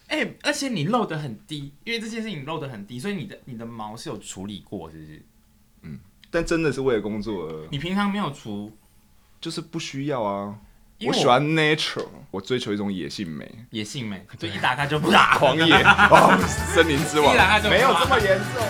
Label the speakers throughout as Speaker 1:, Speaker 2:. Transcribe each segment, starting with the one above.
Speaker 1: 且哎而且你漏的很低，因为这件事情漏的很低，所以你的你的毛是有处理过，是不是？
Speaker 2: 但真的是为了工作而，
Speaker 1: 你平常没有除，
Speaker 2: 就是不需要啊。
Speaker 1: 因为
Speaker 2: 我喜欢 nature，我追求一种野性 美，
Speaker 1: 野性美，就一打开就 啪，
Speaker 2: 狂野，哦，森林之王
Speaker 1: 一打开，就
Speaker 2: 没有这么严重。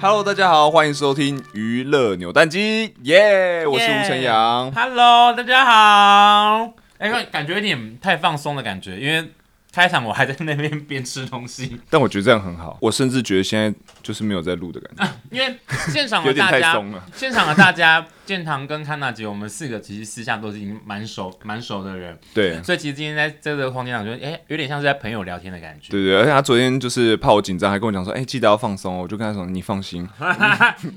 Speaker 2: Hello，大家好，欢迎收听娱乐扭蛋机，耶、我是吴晨阳。
Speaker 1: Hello，大家好。哎、感觉有点太放松的感觉，因为开场我还在那边边吃东西，
Speaker 2: 但我觉得这样很好，我甚至觉得现在就是没有在录的感 觉，
Speaker 1: 因为现场
Speaker 2: 有
Speaker 1: 的
Speaker 2: 点
Speaker 1: 大
Speaker 2: 太
Speaker 1: 家，
Speaker 2: 松了。
Speaker 1: 现场的大家，建堂跟康娜姐，我们四个其实私下都是已经蛮熟蛮熟的人，
Speaker 2: 对，
Speaker 1: 所以其实今天在这个空间上，就哎、有点像是在朋友聊天的感觉。
Speaker 2: 对对，而且他昨天就是怕我紧张，还跟我讲说：“哎、记得要放松哦。”我就跟他说：“你放 心，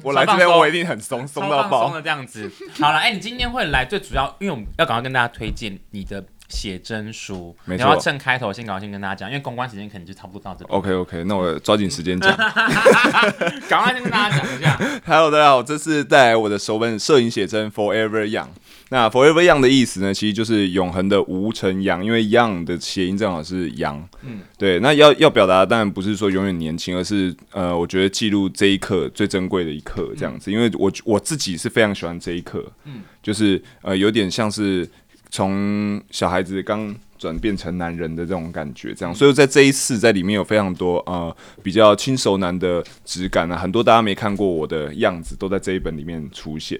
Speaker 2: 我来这边我一定很松，松
Speaker 1: 超
Speaker 2: 到
Speaker 1: 放松
Speaker 2: 爆。
Speaker 1: 的这样子。好了，哎、你今天会来，最主要因为我们要赶快跟大家推荐你的写真书，
Speaker 2: 没
Speaker 1: 你
Speaker 2: 错哦
Speaker 1: 要趁开头先赶快先跟大家讲，因为公关时间可能就差不多到这”边，
Speaker 2: OK OK，那我抓紧时间讲。
Speaker 1: 赶快先跟大家讲一下。
Speaker 2: Hello，大家好，这次带来我的首本摄影写真《Forever Young》。那 Forever Young 的意思呢，其实就是永恒的无尘阳，因为 Young 的谐音正好是阳。
Speaker 1: 嗯
Speaker 2: 嗯，对。那要要表达，当然不是说永远年轻，而是呃，我觉得记录这一刻最珍贵的一刻，这样子。因为我我自己是非常喜欢这一刻，
Speaker 1: 嗯
Speaker 2: 嗯，就是呃，有点像是从小孩子刚。转变成男人的这种感觉，这样，所以在这一次在里面有非常多呃比较轻熟男的质感啊，很多大家没看过我的样子都在这一本里面出现。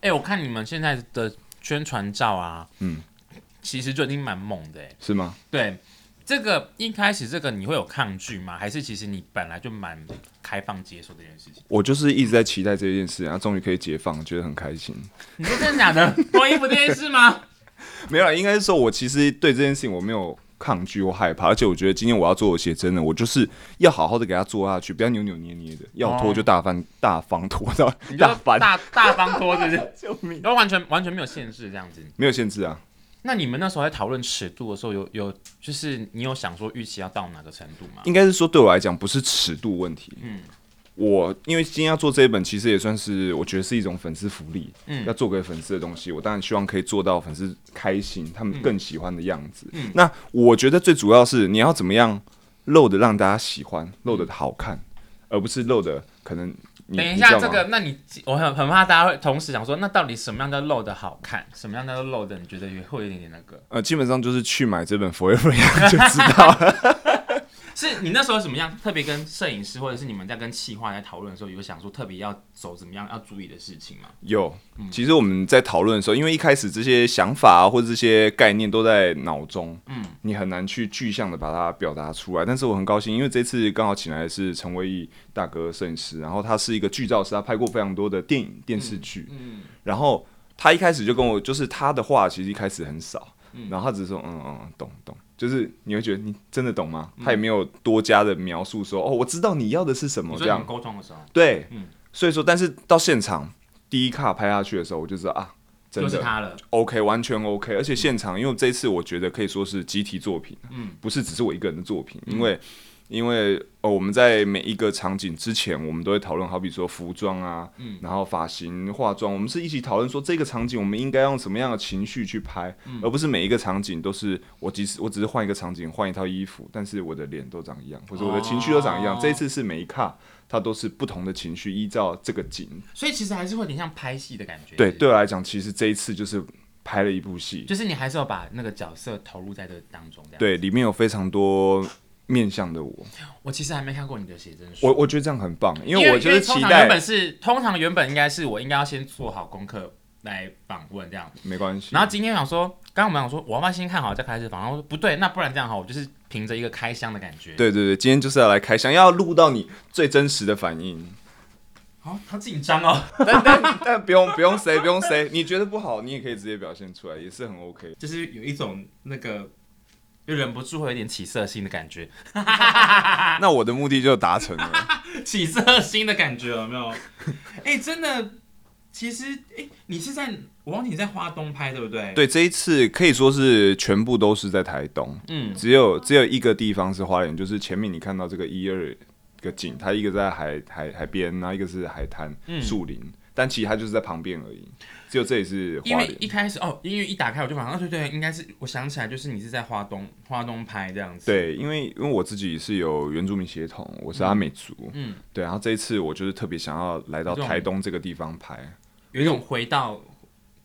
Speaker 1: 哎、我看你们现在的宣传照啊，嗯
Speaker 2: 嗯，
Speaker 1: 其实就已经蛮猛的、哎
Speaker 2: 是吗？
Speaker 1: 对。这个一开始这个你会有抗拒吗？还是其实你本来就蛮开放接受这件事情？
Speaker 2: 我就是一直在期待这件事，然啊后终于可以解放，觉得很开心。
Speaker 1: 你说真的假的？ 脱衣服这件事吗？
Speaker 2: 没有啦，应该是说我其实对这件事情我没有抗拒或害怕，而且我觉得今天我要做的写真的，我就是要好好的给它做下去，不要扭扭捏捏的，要
Speaker 1: 哦
Speaker 2: 拖就大方、大方拖到
Speaker 1: 你就
Speaker 2: 大方，
Speaker 1: 大大方脱，是不是？
Speaker 2: 救命！
Speaker 1: 然后完全完全没有限制这样子。
Speaker 2: 没有限制啊，
Speaker 1: 那你们那时候在讨论尺度的时候，有有就是你有想说预期要到哪个程度吗？
Speaker 2: 应该是说对我来讲不是尺度问题，
Speaker 1: 嗯
Speaker 2: 我因为今天要做这一本，其实也算是我觉得是一种粉丝福利，
Speaker 1: 嗯
Speaker 2: 要做给粉丝的东西，我当然希望可以做到粉丝开心，他们更喜欢的样子。
Speaker 1: 嗯
Speaker 2: 那我觉得最主要是你要怎么样露的让大家喜欢，露的好看，而不是露的可能你
Speaker 1: 嗯等一
Speaker 2: 你知
Speaker 1: 下，
Speaker 2: 道吗
Speaker 1: 这个，那你我很很怕大家会同时想说，那到底什么样叫露的好看，什么样叫露的你觉得也会有一点点那个？
Speaker 2: 呃，基本上就是去买这本 Forever Young 就知道了。
Speaker 1: 是你那时候怎么样？特别跟摄影师或者是你们在跟企划在讨论的时候，有想说特别要走怎么样要注意的事情吗？
Speaker 2: 有，
Speaker 1: 嗯
Speaker 2: 其实我们在讨论的时候，因为一开始这些想法、啊、或者这些概念都在脑中，
Speaker 1: 嗯
Speaker 2: 嗯，你很难去具象的把它表达出来。但是我很高兴，因为这次刚好请来的是陈威义大哥摄影师，然后他是一个剧照师，他拍过非常多的电影、电视剧，
Speaker 1: 嗯，
Speaker 2: 然后他一开始就跟我，就是他的话其实一开始很少，然后他只是说嗯嗯嗯懂懂，就是你会觉得你真的懂吗？他也没有多加的描述说哦我知道你要的是什么
Speaker 1: 你
Speaker 2: 这
Speaker 1: 说你
Speaker 2: 样
Speaker 1: 们，沟通的时候，
Speaker 2: 对，
Speaker 1: 嗯
Speaker 2: 所以说，但是到现场第一卡拍下去的时候，我就知道啊，真
Speaker 1: 就是
Speaker 2: 的
Speaker 1: 他了，
Speaker 2: OK，完全 OK。而且现场，因为这一次我觉得可以说是集体作品，啊
Speaker 1: 嗯
Speaker 2: 不是只是我一个人的作品，因为因为哦，我们在每一个场景之前，我们都会讨论，好比说服装啊，
Speaker 1: 嗯
Speaker 2: 然后发型、化妆，我们是一起讨论说这个场景我们应该用什么样的情绪去拍，而不是每一个场景都是我即使我只是换一个场景换一套衣服，但是我的脸都长一样，或者我的情绪都长一样。
Speaker 1: 哦
Speaker 2: 这一次是每一卡它都是不同的情绪，依照这个景。
Speaker 1: 所以其实还是会有点像拍戏的感觉。
Speaker 2: 对，
Speaker 1: 是不是
Speaker 2: 对我来讲，其实这一次就是拍了一部戏，
Speaker 1: 就是你还是要把那个角色投入在这当中。这样，
Speaker 2: 对，里面有非常多面向的我。
Speaker 1: 我其实还没看过你的写真书。
Speaker 2: 我我觉得这样很棒，因
Speaker 1: 因
Speaker 2: 为我就是期
Speaker 1: 因为通常原本
Speaker 2: 待，
Speaker 1: 是通常原本应该是我应该要先做好功课来访问这样，
Speaker 2: 没关系。
Speaker 1: 然后今天想说，刚刚我们想说我要不要先看好再开始访，然后我说不对，那不然这样好，我就是凭着一个开箱的感觉。，
Speaker 2: 对对对，今天就是要来开箱，要录到你最真实的反应。
Speaker 1: 好、哦，好紧张哦，
Speaker 2: 但但但不用不用谁不用谁，你觉得不好，你也可以直接表现出来，也是很 OK。
Speaker 1: 就是有一种那个就忍不住会有点起色心的感 觉，啊
Speaker 2: 那我的目的就达成了。
Speaker 1: 起色心的感觉有没有？哎、真的，其实哎、你是在我忘记你在花东拍对不对？，
Speaker 2: 对，这一次可以说是全部都是在台东，
Speaker 1: 嗯
Speaker 2: 只有只有一个地方是花莲，就是前面你看到这个一二个景，它一个在海海海边，然后一个是海滩
Speaker 1: 嗯
Speaker 2: 树林。但其实他就是在旁边而已。只有这里是
Speaker 1: 因
Speaker 2: 花
Speaker 1: 为一
Speaker 2: 莲，
Speaker 1: 开始哦，因为一打开我就马上，哦对对，应该是我想起来，就是你是在花东花东拍这样子。，
Speaker 2: 对，因为因为我自己是有原住民血统，我是阿美族，
Speaker 1: 嗯，
Speaker 2: 对，然后这一次我就是特别想要来到
Speaker 1: 这种
Speaker 2: 台东这个地方拍，
Speaker 1: 有一种回到哦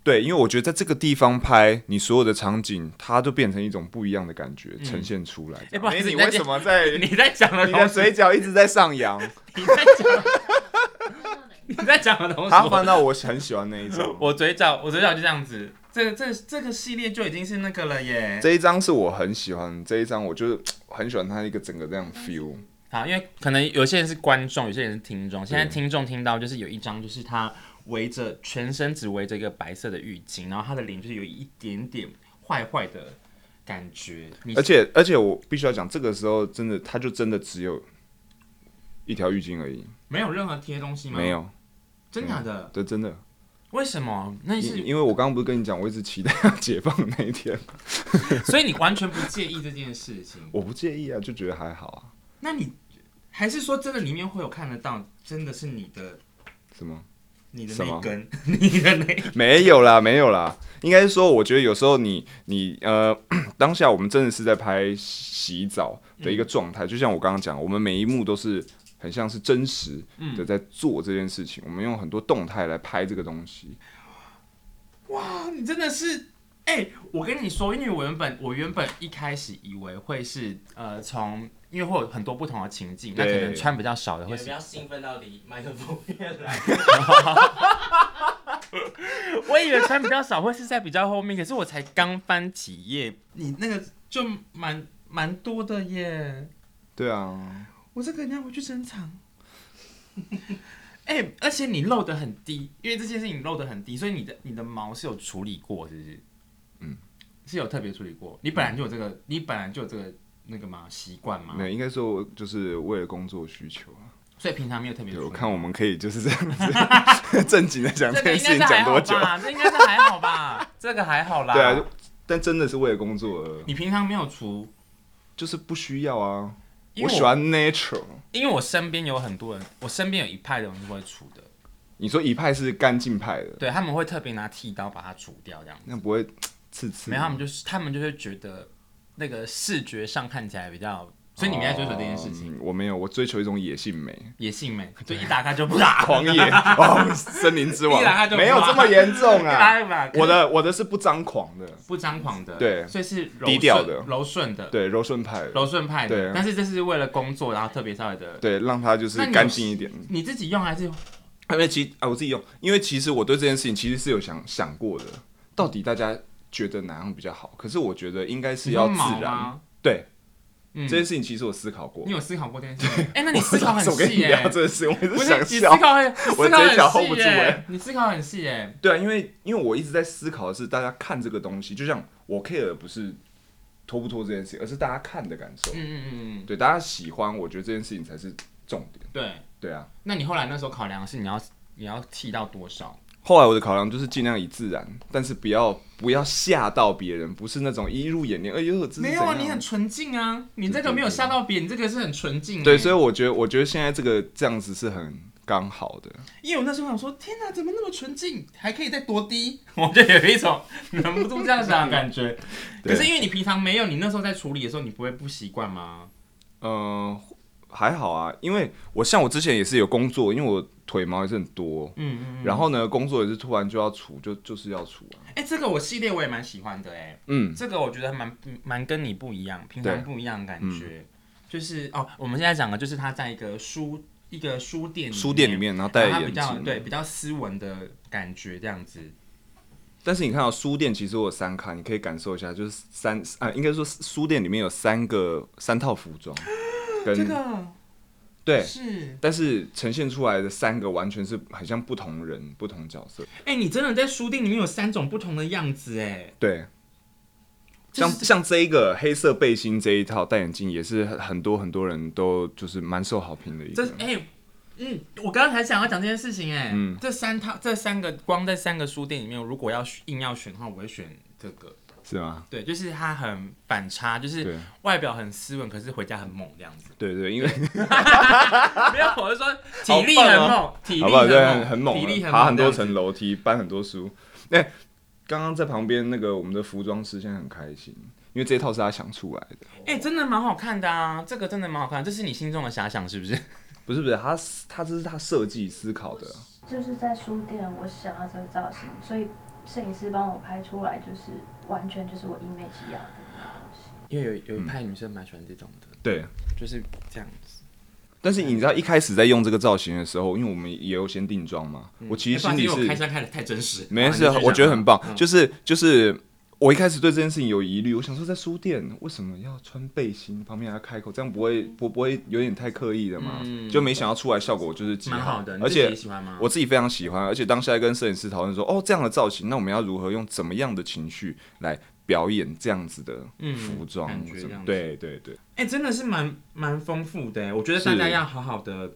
Speaker 2: 对，因为我觉得在这个地方拍，你所有的场景，它就变成一种不一样的感觉、呈现出来。
Speaker 1: 嗯哎不好意思
Speaker 2: 诶你
Speaker 1: 你在
Speaker 2: 为什么 在
Speaker 1: 你在讲的
Speaker 2: 你
Speaker 1: 同
Speaker 2: 的
Speaker 1: 时，
Speaker 2: 嘴角一直在上 扬？
Speaker 1: 你在讲 你在讲的同时，
Speaker 2: 它
Speaker 1: 我
Speaker 2: 放到我很喜欢那一种。
Speaker 1: 我嘴角我嘴角就这样子，这这这个系列就已经是那个了耶。
Speaker 2: 这一张是我很喜欢，这一张我就是很喜欢它一个整个这样
Speaker 1: 嗯
Speaker 2: feel。
Speaker 1: 好，因为可能有些人是观众，有些人是听众。现在听众听到就是有一张，就是他围着全身只围着一个白色的浴巾，然后他的脸就是有一点点坏坏的感觉。你
Speaker 2: 而且而且我必须要讲，这个时候真的，它就真的只有一条浴巾而已，
Speaker 1: 没有任何贴东西吗？
Speaker 2: 没，有，
Speaker 1: 真假的？
Speaker 2: 这真的。
Speaker 1: 为什么？那
Speaker 2: 因
Speaker 1: 是
Speaker 2: 因为我刚刚不是跟你讲，我一直期待要解放的那一天，
Speaker 1: 所以你完全不介意这件事情？
Speaker 2: 我不介意啊，就觉得还好啊，
Speaker 1: 那你还是说真的里面会有看得到，真的是你的
Speaker 2: 什么？
Speaker 1: 你的
Speaker 2: 什
Speaker 1: 那
Speaker 2: 么
Speaker 1: 根， 你的那
Speaker 2: 没有啦，没有啦，应该是说，我觉得有时候你你呃， 当下我们真的是在拍洗澡的
Speaker 1: 嗯
Speaker 2: 一个状态，就像我刚刚讲，我们每一幕都是很像是真实
Speaker 1: 嗯
Speaker 2: 的在做这件事情，我们用很多动态来拍这个东西。
Speaker 1: 哇，你真的是，哎、我跟你说，因为我原本我原本一开始以为会是呃从，因为会有很多不同的情境，那可
Speaker 2: 对
Speaker 1: 能穿比较少的
Speaker 3: 你
Speaker 1: 会
Speaker 3: 们不
Speaker 1: 是，
Speaker 3: 要兴奋到离麦克风越来。
Speaker 1: 我以为穿比较少会是在比较后面，可是我才刚翻几页，你那个就蛮蛮多的耶，
Speaker 2: 对啊，
Speaker 1: 我这个一定要回去珍藏。 哎、而且你露得很低，因为这件事情你露得很低，所以你的你的毛是有处理过，是不是？
Speaker 2: 嗯，
Speaker 1: 是有特别处理过。你本来就有这个，你本来就有这个那个嘛习惯嘛
Speaker 2: 没，有，应该说就是为了工作需求啊。
Speaker 1: 所以平常没有特别
Speaker 2: 对，
Speaker 1: 处理。
Speaker 2: 我看我们可以就是这样子 正经的讲
Speaker 1: 这
Speaker 2: 这
Speaker 1: 个
Speaker 2: 件
Speaker 1: 应该
Speaker 2: 事情
Speaker 1: 是还
Speaker 2: 讲
Speaker 1: 好
Speaker 2: 多久？
Speaker 1: 吧，这应该是还好吧， 这个还好啦。
Speaker 2: 对啊，就但真的是为了工作而，
Speaker 1: 你平常没有除，
Speaker 2: 就是不需要啊。
Speaker 1: 因
Speaker 2: 我
Speaker 1: 为
Speaker 2: 喜欢 natural。
Speaker 1: 因为我身边有很多人，我身边有一派的人是会除的，
Speaker 2: 你说一派是干净派的，
Speaker 1: 对他们会特别拿剃刀把它除掉这样。
Speaker 2: 那不会刺刺
Speaker 1: 没
Speaker 2: 吗？
Speaker 1: 有，他们就是他们就会觉得那个视觉上看起来比较，所以你们在追求这件事情，
Speaker 2: 嗯我没有，我追求一种野性美，
Speaker 1: 野性美，就一打开就 啪，
Speaker 2: 狂 野哦，森林之王
Speaker 1: 一来他就
Speaker 2: 没有
Speaker 1: 哇
Speaker 2: 这么严 重
Speaker 1: 一
Speaker 2: 啊。
Speaker 1: 打开啪，
Speaker 2: 我的我的是不张狂的，
Speaker 1: 不张狂的，
Speaker 2: 对
Speaker 1: 所以是柔
Speaker 2: 低调
Speaker 1: 顺
Speaker 2: 的
Speaker 1: 柔顺的，
Speaker 2: 对柔顺派的，
Speaker 1: 柔顺派的
Speaker 2: 对，
Speaker 1: 但是这是为了工作，然后特别稍微的，
Speaker 2: 对让它就是
Speaker 1: 那你有
Speaker 2: 干净一点。
Speaker 1: 你自己用还是
Speaker 2: 因为其啊，我自己用，因为其实我对这件事情其实是有想想过的，到底大家觉得哪样比较好？可是我觉得应该是
Speaker 1: 你
Speaker 2: 要
Speaker 1: 用
Speaker 2: 自
Speaker 1: 毛
Speaker 2: 然。
Speaker 1: 吗？
Speaker 2: 对
Speaker 1: 嗯
Speaker 2: 这，件事情，其实我思考过
Speaker 1: 你。有思考过这件事情？哎，那你思考很
Speaker 2: 我跟你
Speaker 1: 细
Speaker 2: 聊
Speaker 1: 耶，
Speaker 2: 这件事，我一直
Speaker 1: 不是
Speaker 2: 想
Speaker 1: 你思
Speaker 2: 笑。
Speaker 1: 考很，你思
Speaker 2: 我
Speaker 1: 考
Speaker 2: 这一条
Speaker 1: 很
Speaker 2: hold
Speaker 1: 细
Speaker 2: 不住哎
Speaker 1: 耶，你思考很细耶，
Speaker 2: 对啊，因为因为我一直在思考的是，大家看这个东西，就像我 care 的不是脱不脱这件事情，而是大家看的感受。
Speaker 1: 嗯嗯嗯嗯，
Speaker 2: 对，大家喜欢，我觉得这件事情才是重点。
Speaker 1: 对。
Speaker 2: 对啊，
Speaker 1: 那你后来那时候考量的是你要你要剃到多少？
Speaker 2: 后来我的考量就是尽量以自然，但是不要不要吓到别人，不是那种一入眼帘，哎呦，这是
Speaker 1: 没有啊，
Speaker 2: 怎样
Speaker 1: 你很纯净啊，你这个没有吓到别人，你这个是很纯净欸。
Speaker 2: 对，所以我觉得我觉得现在这个这样子是很刚好的。
Speaker 1: 因为我那时候想说，天哪，怎么那么纯净，还可以再多 低？我就有一种忍不住这样想的感觉。可
Speaker 2: 对
Speaker 1: 是因为你平常没有，你那时候在处理的时候，你不会不习惯吗？
Speaker 2: 嗯、还好啊，因为我像我之前也是有工作，因为我腿毛也是很多，
Speaker 1: 嗯嗯。
Speaker 2: 然后呢，工作也是突然就要除，就就是要除啊。
Speaker 1: 哎、这个我系列我也蛮喜欢的哎、
Speaker 2: 嗯，
Speaker 1: 这个我觉得蛮蛮跟你不一样，平常
Speaker 2: 对
Speaker 1: 不一样的感觉。
Speaker 2: 嗯
Speaker 1: 就是哦，我们现在讲的就是他在一个书一个书店
Speaker 2: 书店里面，然后戴
Speaker 1: 然后他
Speaker 2: 眼
Speaker 1: 比较
Speaker 2: 镜。
Speaker 1: 嗯对比较斯文的感觉这样子。
Speaker 2: 嗯但是你看到书店，其实我有三卡，你可以感受一下，就是三啊、应该说书店里面有三个三套服装，跟、
Speaker 1: 这个
Speaker 2: 对，
Speaker 1: 是，
Speaker 2: 但是呈现出来的三个完全是很像不同人、不同角色。
Speaker 1: 哎、你真的在书店里面有三种不同的样子哎，
Speaker 2: 对，
Speaker 1: 就
Speaker 2: 像
Speaker 1: 是
Speaker 2: 像这一个黑色背心这一套戴眼镜，也是很很多很多人都就是蛮受好评的一
Speaker 1: 这
Speaker 2: 个
Speaker 1: 是。哎、嗯，我刚才想要讲这件事情哎，
Speaker 2: 嗯
Speaker 1: 这三套这三个光在三个书店里面，如果要选硬要选的话，我会选这个。
Speaker 2: 是吗？
Speaker 1: 对，就是他很反差，就是
Speaker 2: 对
Speaker 1: 外表很斯文，可是回家很猛这样 子。
Speaker 2: 对对，因为
Speaker 1: 没有，我是说体力很猛，体力
Speaker 2: 好不好？对，很
Speaker 1: 很
Speaker 2: 很
Speaker 1: 猛，
Speaker 2: 猛
Speaker 1: 体力
Speaker 2: 了，
Speaker 1: 很
Speaker 2: 爬很多
Speaker 1: 这样子。
Speaker 2: 层楼梯，搬很多书。哎、刚刚在旁边那个我们的服装师现在很开心，因为这一套是他想出来的，
Speaker 1: 哎，真的蛮好看的啊，这个真的蛮好看，这是你心中的遐想是不是？
Speaker 2: 不是不是，他他这是他设计思考的。
Speaker 4: 就是在书店，我想要这个造型，所以摄影师帮我拍出来，就是完全就是我 image 要的那个东西。
Speaker 1: 因为有有一派女生蛮喜欢这种的，
Speaker 2: 对，
Speaker 1: 就是这样子。
Speaker 2: 但是你知道一开始在用这个造型的时候，因为我们也有先定妆嘛，我其实心里
Speaker 1: 哎不好意思因为
Speaker 2: 是
Speaker 1: 我开箱开的太真实，
Speaker 2: 没事，
Speaker 1: 啊
Speaker 2: 啊
Speaker 1: 好你继续
Speaker 2: 我觉得
Speaker 1: 讲
Speaker 2: 很棒。
Speaker 1: 嗯
Speaker 2: 就是就是，我一开始对这件事情有疑虑，我想说在书店为什么要穿背心，旁边还要开口，这样不会不不会有点太刻意了嘛？
Speaker 1: 嗯
Speaker 2: 就没想到出来效果就是极
Speaker 1: 蛮好的，你
Speaker 2: 而
Speaker 1: 自己啊
Speaker 2: 且
Speaker 1: 喜欢吗？
Speaker 2: 我自己非常喜欢，而且当下跟摄影师讨论说，哦，这样的造型，那我们要如何用怎么样的情绪来表演这样子的
Speaker 1: 嗯
Speaker 2: 服装？
Speaker 1: 感觉
Speaker 2: 怎么
Speaker 1: 这样子
Speaker 2: 对对对，
Speaker 1: 哎、真的是蛮蛮丰富的欸耶，我觉得
Speaker 2: 是
Speaker 1: 大家要好好的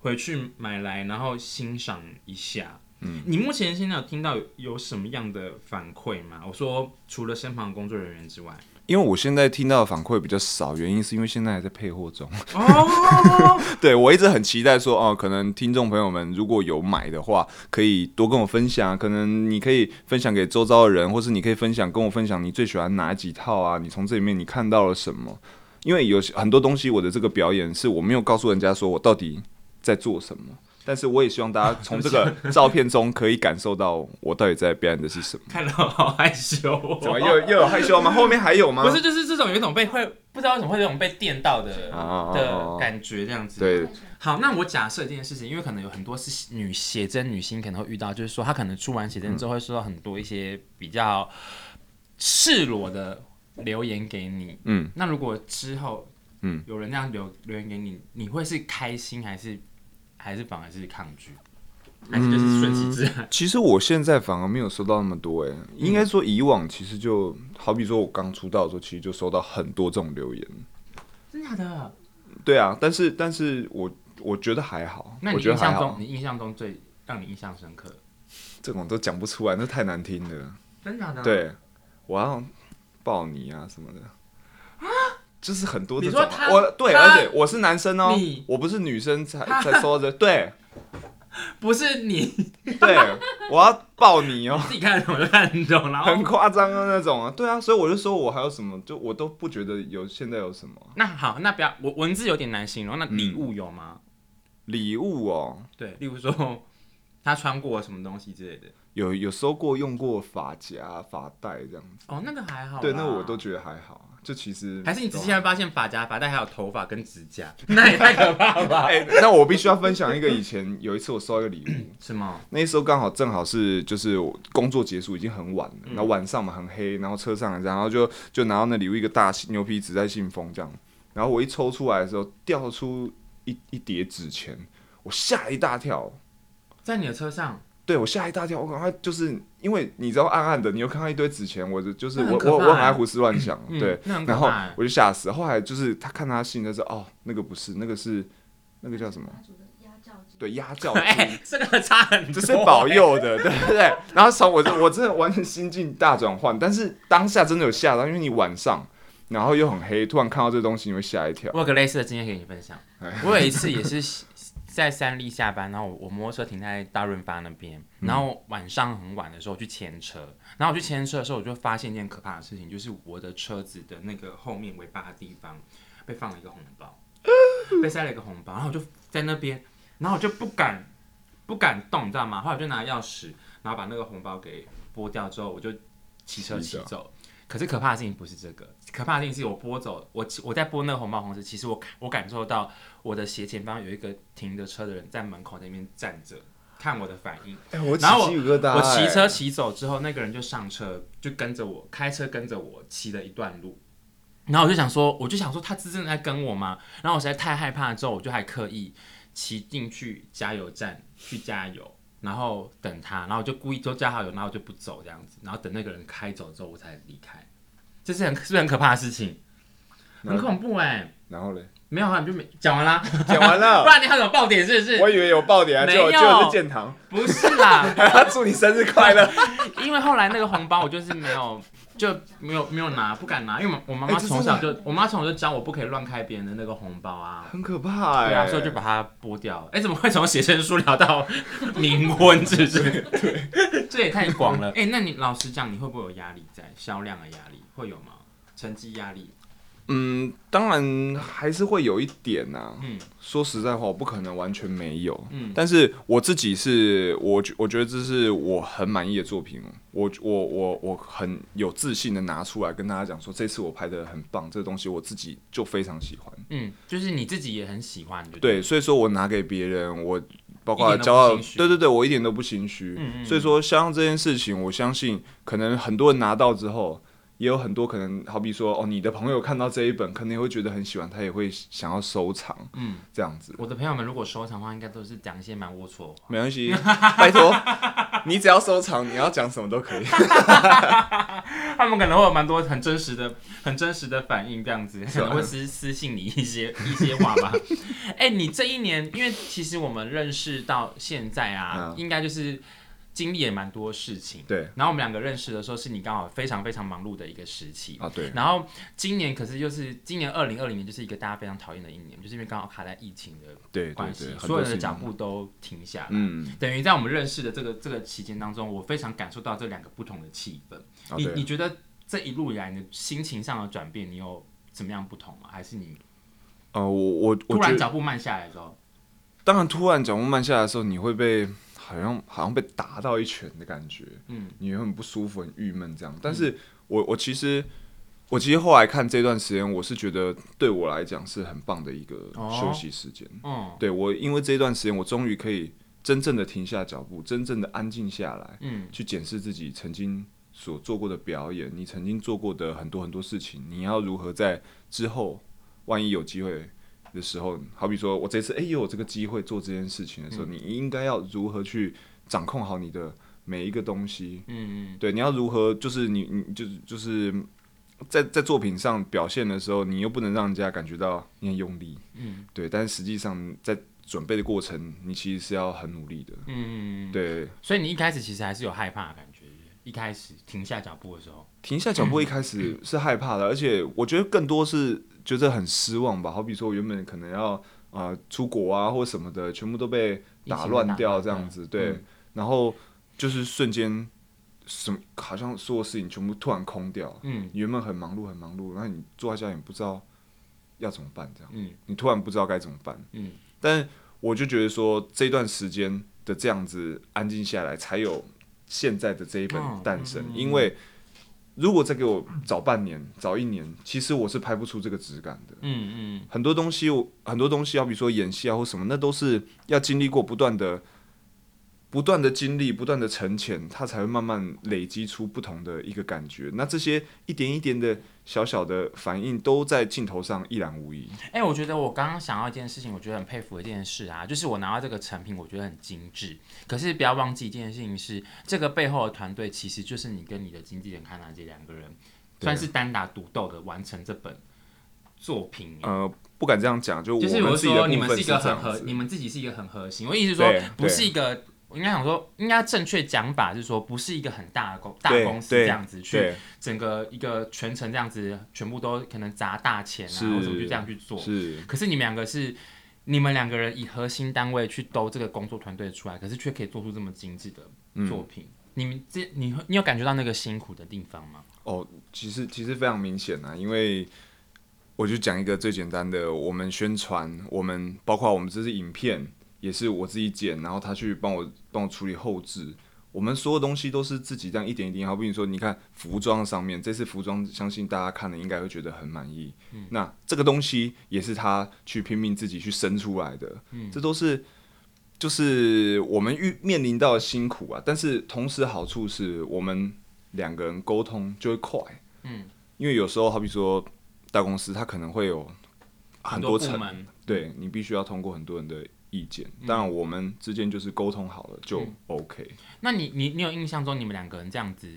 Speaker 1: 回去买来，然后欣赏一下。嗯，你目前现在有听到有有什么样的反馈吗？我说除了身旁的工作人员之 外，
Speaker 2: 因为我现在听到的反馈比较少，原因是因为现在还在配货中。
Speaker 1: 哦，
Speaker 2: 对我一直很期待说，哦、可能听众朋友们如果有买的话，可以多跟我分享。可能你可以分享给周遭的人，或是你可以分享跟我分享你最喜欢哪几套啊？你从这里面你看到了什么？因为有些很多东西，我的这个表演是我没有告诉人家说我到底在做什么，但是我也希望大家从这 个照片中可以感受到我到底在表演的是什么。
Speaker 1: 看了好害羞、哦，
Speaker 2: 怎么又又有害羞吗？后面还有吗？
Speaker 1: 不是，就是这种有一种被会不知道为什么会有一种被电到的、
Speaker 2: 哦
Speaker 1: 的感觉这样子。
Speaker 2: 对
Speaker 1: 好，那我假设这件事情，因为可能有很多是女写真女星可能会遇到，就是说她可能出完写
Speaker 2: 嗯
Speaker 1: 真之后会收到很多一些比较赤裸的留言给你。
Speaker 2: 嗯，
Speaker 1: 那如果之后
Speaker 2: 嗯
Speaker 1: 有人那样留留言给你，你会是开心还是还是反而是抗拒，还是就是顺其自然？
Speaker 2: 其实我现在反而没有收到那么多、欸，
Speaker 1: 嗯
Speaker 2: 应该说以往其实就好比说我刚出道的时候，其实就收到很多这种留言。
Speaker 1: 真的假的？
Speaker 2: 对啊，但是但是我我觉得还好，
Speaker 1: 那
Speaker 2: 我
Speaker 1: 你
Speaker 2: 觉
Speaker 1: 印
Speaker 2: 得还
Speaker 1: 象中
Speaker 2: 好，
Speaker 1: 你印象中最让你印象深刻？
Speaker 2: 这种都讲不出来，那太难听了。
Speaker 1: 真的假的？，
Speaker 2: 对，我要抱你啊什么的。就是很多这
Speaker 1: 你
Speaker 2: 种
Speaker 1: 说
Speaker 2: 啊，
Speaker 1: 他
Speaker 2: 我对，
Speaker 1: 他
Speaker 2: 而且我是男生哦
Speaker 1: 你，
Speaker 2: 我不是女 生才才收的，对
Speaker 1: 不是你
Speaker 2: 对，我要抱你哦，
Speaker 1: 自己看得懂就看得懂，哦然
Speaker 2: 很
Speaker 1: 后
Speaker 2: 夸张的那种啊，对啊，所以我就说我还有什么，就我都不觉得有现在有什么啊
Speaker 1: 那好，那不要我文字有点难形容，那礼
Speaker 2: 嗯
Speaker 1: 物有吗？
Speaker 2: 礼物哦，
Speaker 1: 对，例如说 他穿过什么东西之类的。
Speaker 2: 有有收过用过发夹、发带这样子。
Speaker 1: 哦，那个还好啦。
Speaker 2: 对，那我都觉得还好，啊就其实
Speaker 1: 还是你仔细会发现发夹、发带还有头发跟指 甲，那也太可怕了吧？
Speaker 2: 哎、 那我必须要分享一个以前有一次我收到一个礼 物，
Speaker 1: 什么？
Speaker 2: 那时候刚好正好是就是我工作结束已经很晚了，
Speaker 1: 嗯
Speaker 2: 然后晚上嘛很黑，然后车上然后就就拿到那礼物一个大牛皮纸在信封这样，然后我一抽出来的时候掉出一一叠纸钱，我吓一大跳，
Speaker 1: 在你的车上？
Speaker 2: 对我吓一大跳，我赶快就是因为你知道暗暗的，你又看到一堆纸钱，我就就是
Speaker 1: 那很
Speaker 2: 我
Speaker 1: 可
Speaker 2: 我
Speaker 1: 怕
Speaker 2: 我很
Speaker 1: 欸
Speaker 2: 爱胡思乱想，
Speaker 1: 嗯
Speaker 2: 对，
Speaker 1: 那很可
Speaker 2: 然后
Speaker 1: 怕 欸
Speaker 2: 我就吓死。后来就是他看他信的时候，哦，那个不是，那个是那个叫什么？
Speaker 4: 主的压轿姐
Speaker 2: 对， 压轿
Speaker 1: 哎
Speaker 2: 金，，
Speaker 1: 这个差很多。
Speaker 2: 这是保。佑的，对不对？然后从我这我真的完全心境大转换，但是当下真的有吓到，因为你晚上。然后又很黑，突然看到这东西，你会吓一跳。
Speaker 1: 我有个类似的经验给你分享。我有一次也是在三立下班，然后我我摩托车停在大润发那边，然后晚上很晚的时候去牵车，然后我去牵车的时候，我就发现一件可怕的事情，就是我的车子的那个后面尾巴的地方被放了一个红包， 被塞了一个红包，然后我就在那边，然后我就不敢不敢动，你知道吗？后来我就拿钥匙，然后把那个红包给拨掉之后，我就骑车
Speaker 2: 骑
Speaker 1: 骑
Speaker 2: 走
Speaker 1: 走。可是可怕的事情不是这个，可怕的事情是我拨走我骑我在拨那个红包的同时，其实我感我感受到我的斜前方有一个停着车的人在门口那边站着看我的反应。
Speaker 2: 哎、我
Speaker 1: 然后我
Speaker 2: 鸡皮疙瘩
Speaker 1: 我
Speaker 2: 哎
Speaker 1: 骑车骑走之后，那个人就上车，就跟着我，开车跟着我骑了一段路。然后我就想说，我就想说他是真的在跟我吗？然后我实在太害怕了，之后我就还刻意骑进去加油站去加油，然后等他，然后我就故意就加好油，然后我就不走这样子，然后等那个人开走之后我才离开。这是很 是不是很可怕的事情？
Speaker 2: 嗯
Speaker 1: 很恐怖哎、
Speaker 2: 然后嘞，
Speaker 1: 没有啊，你就没讲完啦，
Speaker 2: 讲完
Speaker 1: 不
Speaker 2: 了，
Speaker 1: 然你还有什么爆点是不
Speaker 2: 我
Speaker 1: 是？
Speaker 2: 以为有爆点啊，
Speaker 1: 没
Speaker 2: 结果结
Speaker 1: 有
Speaker 2: 果是建堂，
Speaker 1: 不是啦，
Speaker 2: 祝你生日快乐。
Speaker 1: 因为后来那个红包我就是没有就没有没有拿，不敢拿，因为我我妈妈
Speaker 2: 哎这
Speaker 1: 从小
Speaker 2: 真
Speaker 1: 就、我妈从小就教我不可以乱开别人的那个红包啊。
Speaker 2: 很可怕哎、
Speaker 1: 对啊，所以就把它剥掉了。哎、怎么会从写生书聊 到冥婚？是不是？ 对，这也太广了。哎、那你老实讲，你会不会有压力在销量的压力？会有吗？成绩压力？
Speaker 2: 嗯，当然还是会有一点呐、
Speaker 1: 嗯
Speaker 2: 说实在话，我不可能完全没有。
Speaker 1: 嗯
Speaker 2: 但是我自己是我觉我觉得这是我很满意的作品哦，我我我我很有自信的拿出来跟大家讲说，这次我拍的很棒，这个东西我自己就非常喜欢。
Speaker 1: 嗯，就是你自己也很喜欢，对不
Speaker 2: 对，所以说我拿给别人，我包
Speaker 1: 一
Speaker 2: 括
Speaker 1: 点都
Speaker 2: 交
Speaker 1: 不心
Speaker 2: 到，
Speaker 1: 虚
Speaker 2: 对对对，我一点都不心虚。
Speaker 1: 嗯嗯
Speaker 2: 所以说，像这件事情，我相信可能很多人拿到之后，也有很多可能，好比说哦，你的朋友看到这一本，可能也会觉得很喜欢，他也会想要收藏
Speaker 1: 嗯，
Speaker 2: 这样子。
Speaker 1: 我的朋友们如果收藏的话，应该都是讲一些蛮龌龊的话。
Speaker 2: 没关系，拜托，你只要收藏，你要讲什么都可以。
Speaker 1: 他们可能会有蛮多很真实的、很真实的反应，这样子
Speaker 2: 啊
Speaker 1: 可能会私私信你一些 一些话吧。哎、你这一年，因为其实我们认识到现在啊，
Speaker 2: 嗯
Speaker 1: 应该就是经历也蛮多事情。
Speaker 2: 对
Speaker 1: 然后我们两个认识的时候，是你刚好非常非常忙碌的一个时期。
Speaker 2: 啊，对，
Speaker 1: 然后今年可是就是今年二零二零年就是一个大家非常讨厌的一年，就是因为刚好卡在疫情的
Speaker 2: 对对
Speaker 1: 关系
Speaker 2: 对，，很
Speaker 1: 所有
Speaker 2: 多
Speaker 1: 人的
Speaker 2: 事
Speaker 1: 脚
Speaker 2: 情。
Speaker 1: 步都停下来。
Speaker 2: 嗯，
Speaker 1: 等于在我们认识的这个这个期间当中，我非常感受到这两个不同的气氛。
Speaker 2: 啊
Speaker 1: 你你
Speaker 2: 对，
Speaker 1: 觉得这一路以来你的心情上的转变，你有怎么样不同吗？还是你
Speaker 2: 呃，我我我
Speaker 1: 突
Speaker 2: 觉
Speaker 1: 然
Speaker 2: 得。
Speaker 1: 脚步慢下来之后，
Speaker 2: 当然，突然脚步慢下来的时候，你会被好像好像被打到一拳的感觉，
Speaker 1: 嗯，
Speaker 2: 你会很不舒服、很郁闷这样。但是我我其实我其实后来看这段时间，我是觉得对我来讲是很棒的一个
Speaker 1: 哦
Speaker 2: 休息时间。
Speaker 1: 嗯
Speaker 2: 对我，因为这段时间我终于可以真正的停下脚步，真正的安静下来，
Speaker 1: 嗯
Speaker 2: 去检视自己曾经所做过的表演，你曾经做过的很多很多事情，你要如何在之后，万一有机会的时候，好比说我这次诶又有这个机会做这件事情的
Speaker 1: 嗯
Speaker 2: 时候，你应该要如何去掌控好你的每一个东西？
Speaker 1: 嗯嗯
Speaker 2: 对，你要如何就是你你就是就是在在作品上表现的时候，你又不能让人家感觉到你很用力，
Speaker 1: 嗯
Speaker 2: 对，但是实际上在准备的过程，你其实是要很努力的，
Speaker 1: 嗯，
Speaker 2: 对。
Speaker 1: 所以你一开始其实还是有害怕的感觉，一开始停下脚步的时候，
Speaker 2: 停下脚步一开始是害怕的，而且我觉得更多是觉得很失望吧。好比说，我原本可能要啊、呃出国啊或什么的，全部都被打乱掉这样子，对。然后就是瞬间什么，好像所有事情全部突然空掉。
Speaker 1: 嗯
Speaker 2: 你原本很忙碌很忙碌，然后你坐在家里不知道要怎么办，这样
Speaker 1: 嗯
Speaker 2: 你突然不知道该怎么办。
Speaker 1: 嗯，
Speaker 2: 但我就觉得说这段时间的这样子安静下来，才有现在的这一本
Speaker 1: 哦
Speaker 2: 诞生。
Speaker 1: 嗯
Speaker 2: 因为如果再给我早半年、早一年，其实我是拍不出这个质感的。
Speaker 1: 嗯嗯
Speaker 2: 很多东西我，很多东西，好比说演戏啊或什么，那都是要经历过不断的、不断的经历、不断的沉潜，它才会慢慢累积出不同的一个感觉。那这些一点一点的小小的反应，都在镜头上一览无遗。
Speaker 1: 哎、我觉得我刚刚想到一件事情，我觉得很佩服的一件事啊，就是我拿到这个成品，我觉得很精致。可是不要忘记一件事情是，这个背后的团队其实就是你跟你的经纪人康纳杰两个人，
Speaker 2: 对
Speaker 1: 算是单打独斗的完成这本作品、哎
Speaker 2: 呃，不敢这样讲，就我
Speaker 1: 就是
Speaker 2: 们
Speaker 1: 我
Speaker 2: 自己的
Speaker 1: 说
Speaker 2: 部
Speaker 1: 你们
Speaker 2: 分
Speaker 1: 是一
Speaker 2: 这
Speaker 1: 个很
Speaker 2: 样
Speaker 1: 核
Speaker 2: 子，。
Speaker 1: 你们自己是一个很核心。我意思是说
Speaker 2: 对，
Speaker 1: 不是一个，我应该想说，应该正确讲法是说，不是一个很大的公大
Speaker 2: 对
Speaker 1: 公司
Speaker 2: 对
Speaker 1: 这样子去
Speaker 2: 对，
Speaker 1: 整个一个全程这样子，全部都可能砸大钱啊，
Speaker 2: 是
Speaker 1: 或者就这样去做。
Speaker 2: 是
Speaker 1: 可是你们两个是。你们两个人以核心单位去兜这个工作团队出来，可是却可以做出这么精致的
Speaker 2: 嗯
Speaker 1: 作品。你们这你你有感觉到那个辛苦的地方吗？
Speaker 2: 哦，其实其实非常明显啊，因为我就讲一个最简单的，我们宣传，我们包括我们这支影片也是我自己剪，然后他去帮我帮我处理后置。我们所有东西都是自己这样一点一点，好比你说，你看服装上面，这次服装相信大家看了应该会觉得很满意。那这个东西也是他去拼命自己去生出来的，这都是就是我们遇面临到的辛苦啊。但是同时好处是我们两个人沟通就会快，
Speaker 1: 嗯，
Speaker 2: 因为有时候好比说大公司，它可能会有很多
Speaker 1: 部
Speaker 2: 层，
Speaker 1: 门，
Speaker 2: 对你必须要通过很多人的意见。当然，我们之间就是沟通好了就 OK。
Speaker 1: 那你你你有印象中你们两个人这样子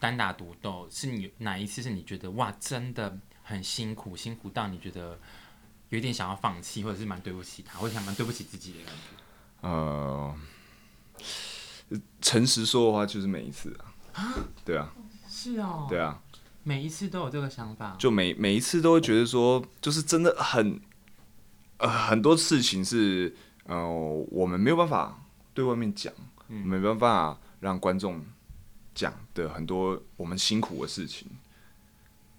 Speaker 1: 单打独斗，是你哪一次是你觉得哇真的很辛苦，辛苦到你觉得有点想要放弃，或者是蛮对不起他，或者想蛮对不起自己的感觉？
Speaker 2: 呃，诚实说的话，就是每一次啊，对啊，
Speaker 1: 是哦，
Speaker 2: 对啊，
Speaker 1: 每一次都有这个想法，
Speaker 2: 就每每一次都会觉得说，就是真的很，呃，很多事情是，呃，我们没有办法对外面讲，没办法让观众讲的很多我们辛苦的事情。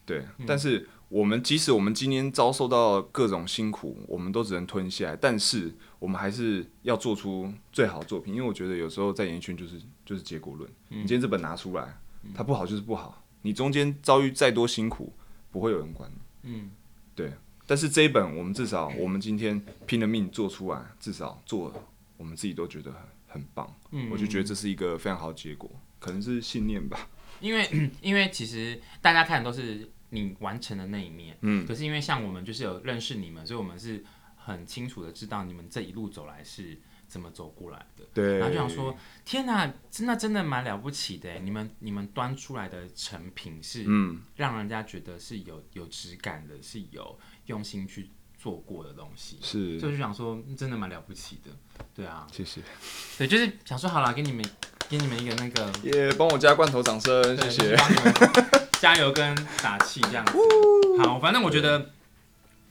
Speaker 2: 对，但是我们即使我们今天遭受到各种辛苦，我们都只能吞下来，但是我们还是要做出最好的作品，因为我觉得有时候在演艺圈就是就是结果论，你今天这本拿出来，它不好就是不好，你中间遭遇再多辛苦，不会有人管你。
Speaker 1: 嗯，
Speaker 2: 对。但是这一本，我们至少我们今天拼了命做出来，至少做了，我们自己都觉得很很棒。
Speaker 1: 嗯
Speaker 2: 我就觉得这是一个非常好的结果，可能是信念吧。
Speaker 1: 因为因为其实大家看的都是你完成的那一面，
Speaker 2: 嗯
Speaker 1: 可是因为像我们就是有认识你们，所以我们是很清楚的知道你们这一路走来是怎么走过来的。
Speaker 2: 对。
Speaker 1: 然后就想说，天哪，真的真的蛮了不起的耶，欸你们你们端出来的成品是
Speaker 2: 嗯，
Speaker 1: 让人家觉得是有有质感的，是有用心去做过的东西。
Speaker 2: 是
Speaker 1: 所以，我就想说，嗯真的蛮了不起的，对啊，
Speaker 2: 谢谢，
Speaker 1: 对，就是想说好了，给你们给你们一个那个，
Speaker 2: 也帮我加罐头掌声，谢
Speaker 1: 对
Speaker 2: 谢。，
Speaker 1: 帮你们 加油跟打气这样子。好，反正我觉得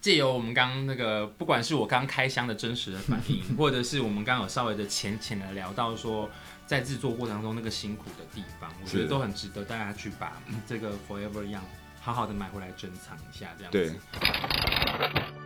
Speaker 1: 借由我们刚刚那个，不管是我刚开箱的真实的反应， 或者是我们刚刚有稍微的浅浅的聊到说，在制作过程中那个辛苦的地方，我觉得
Speaker 2: 是
Speaker 1: 都很值得大家去把嗯这个 Forever Young 好好的买回来珍藏一下，这样子。
Speaker 2: 对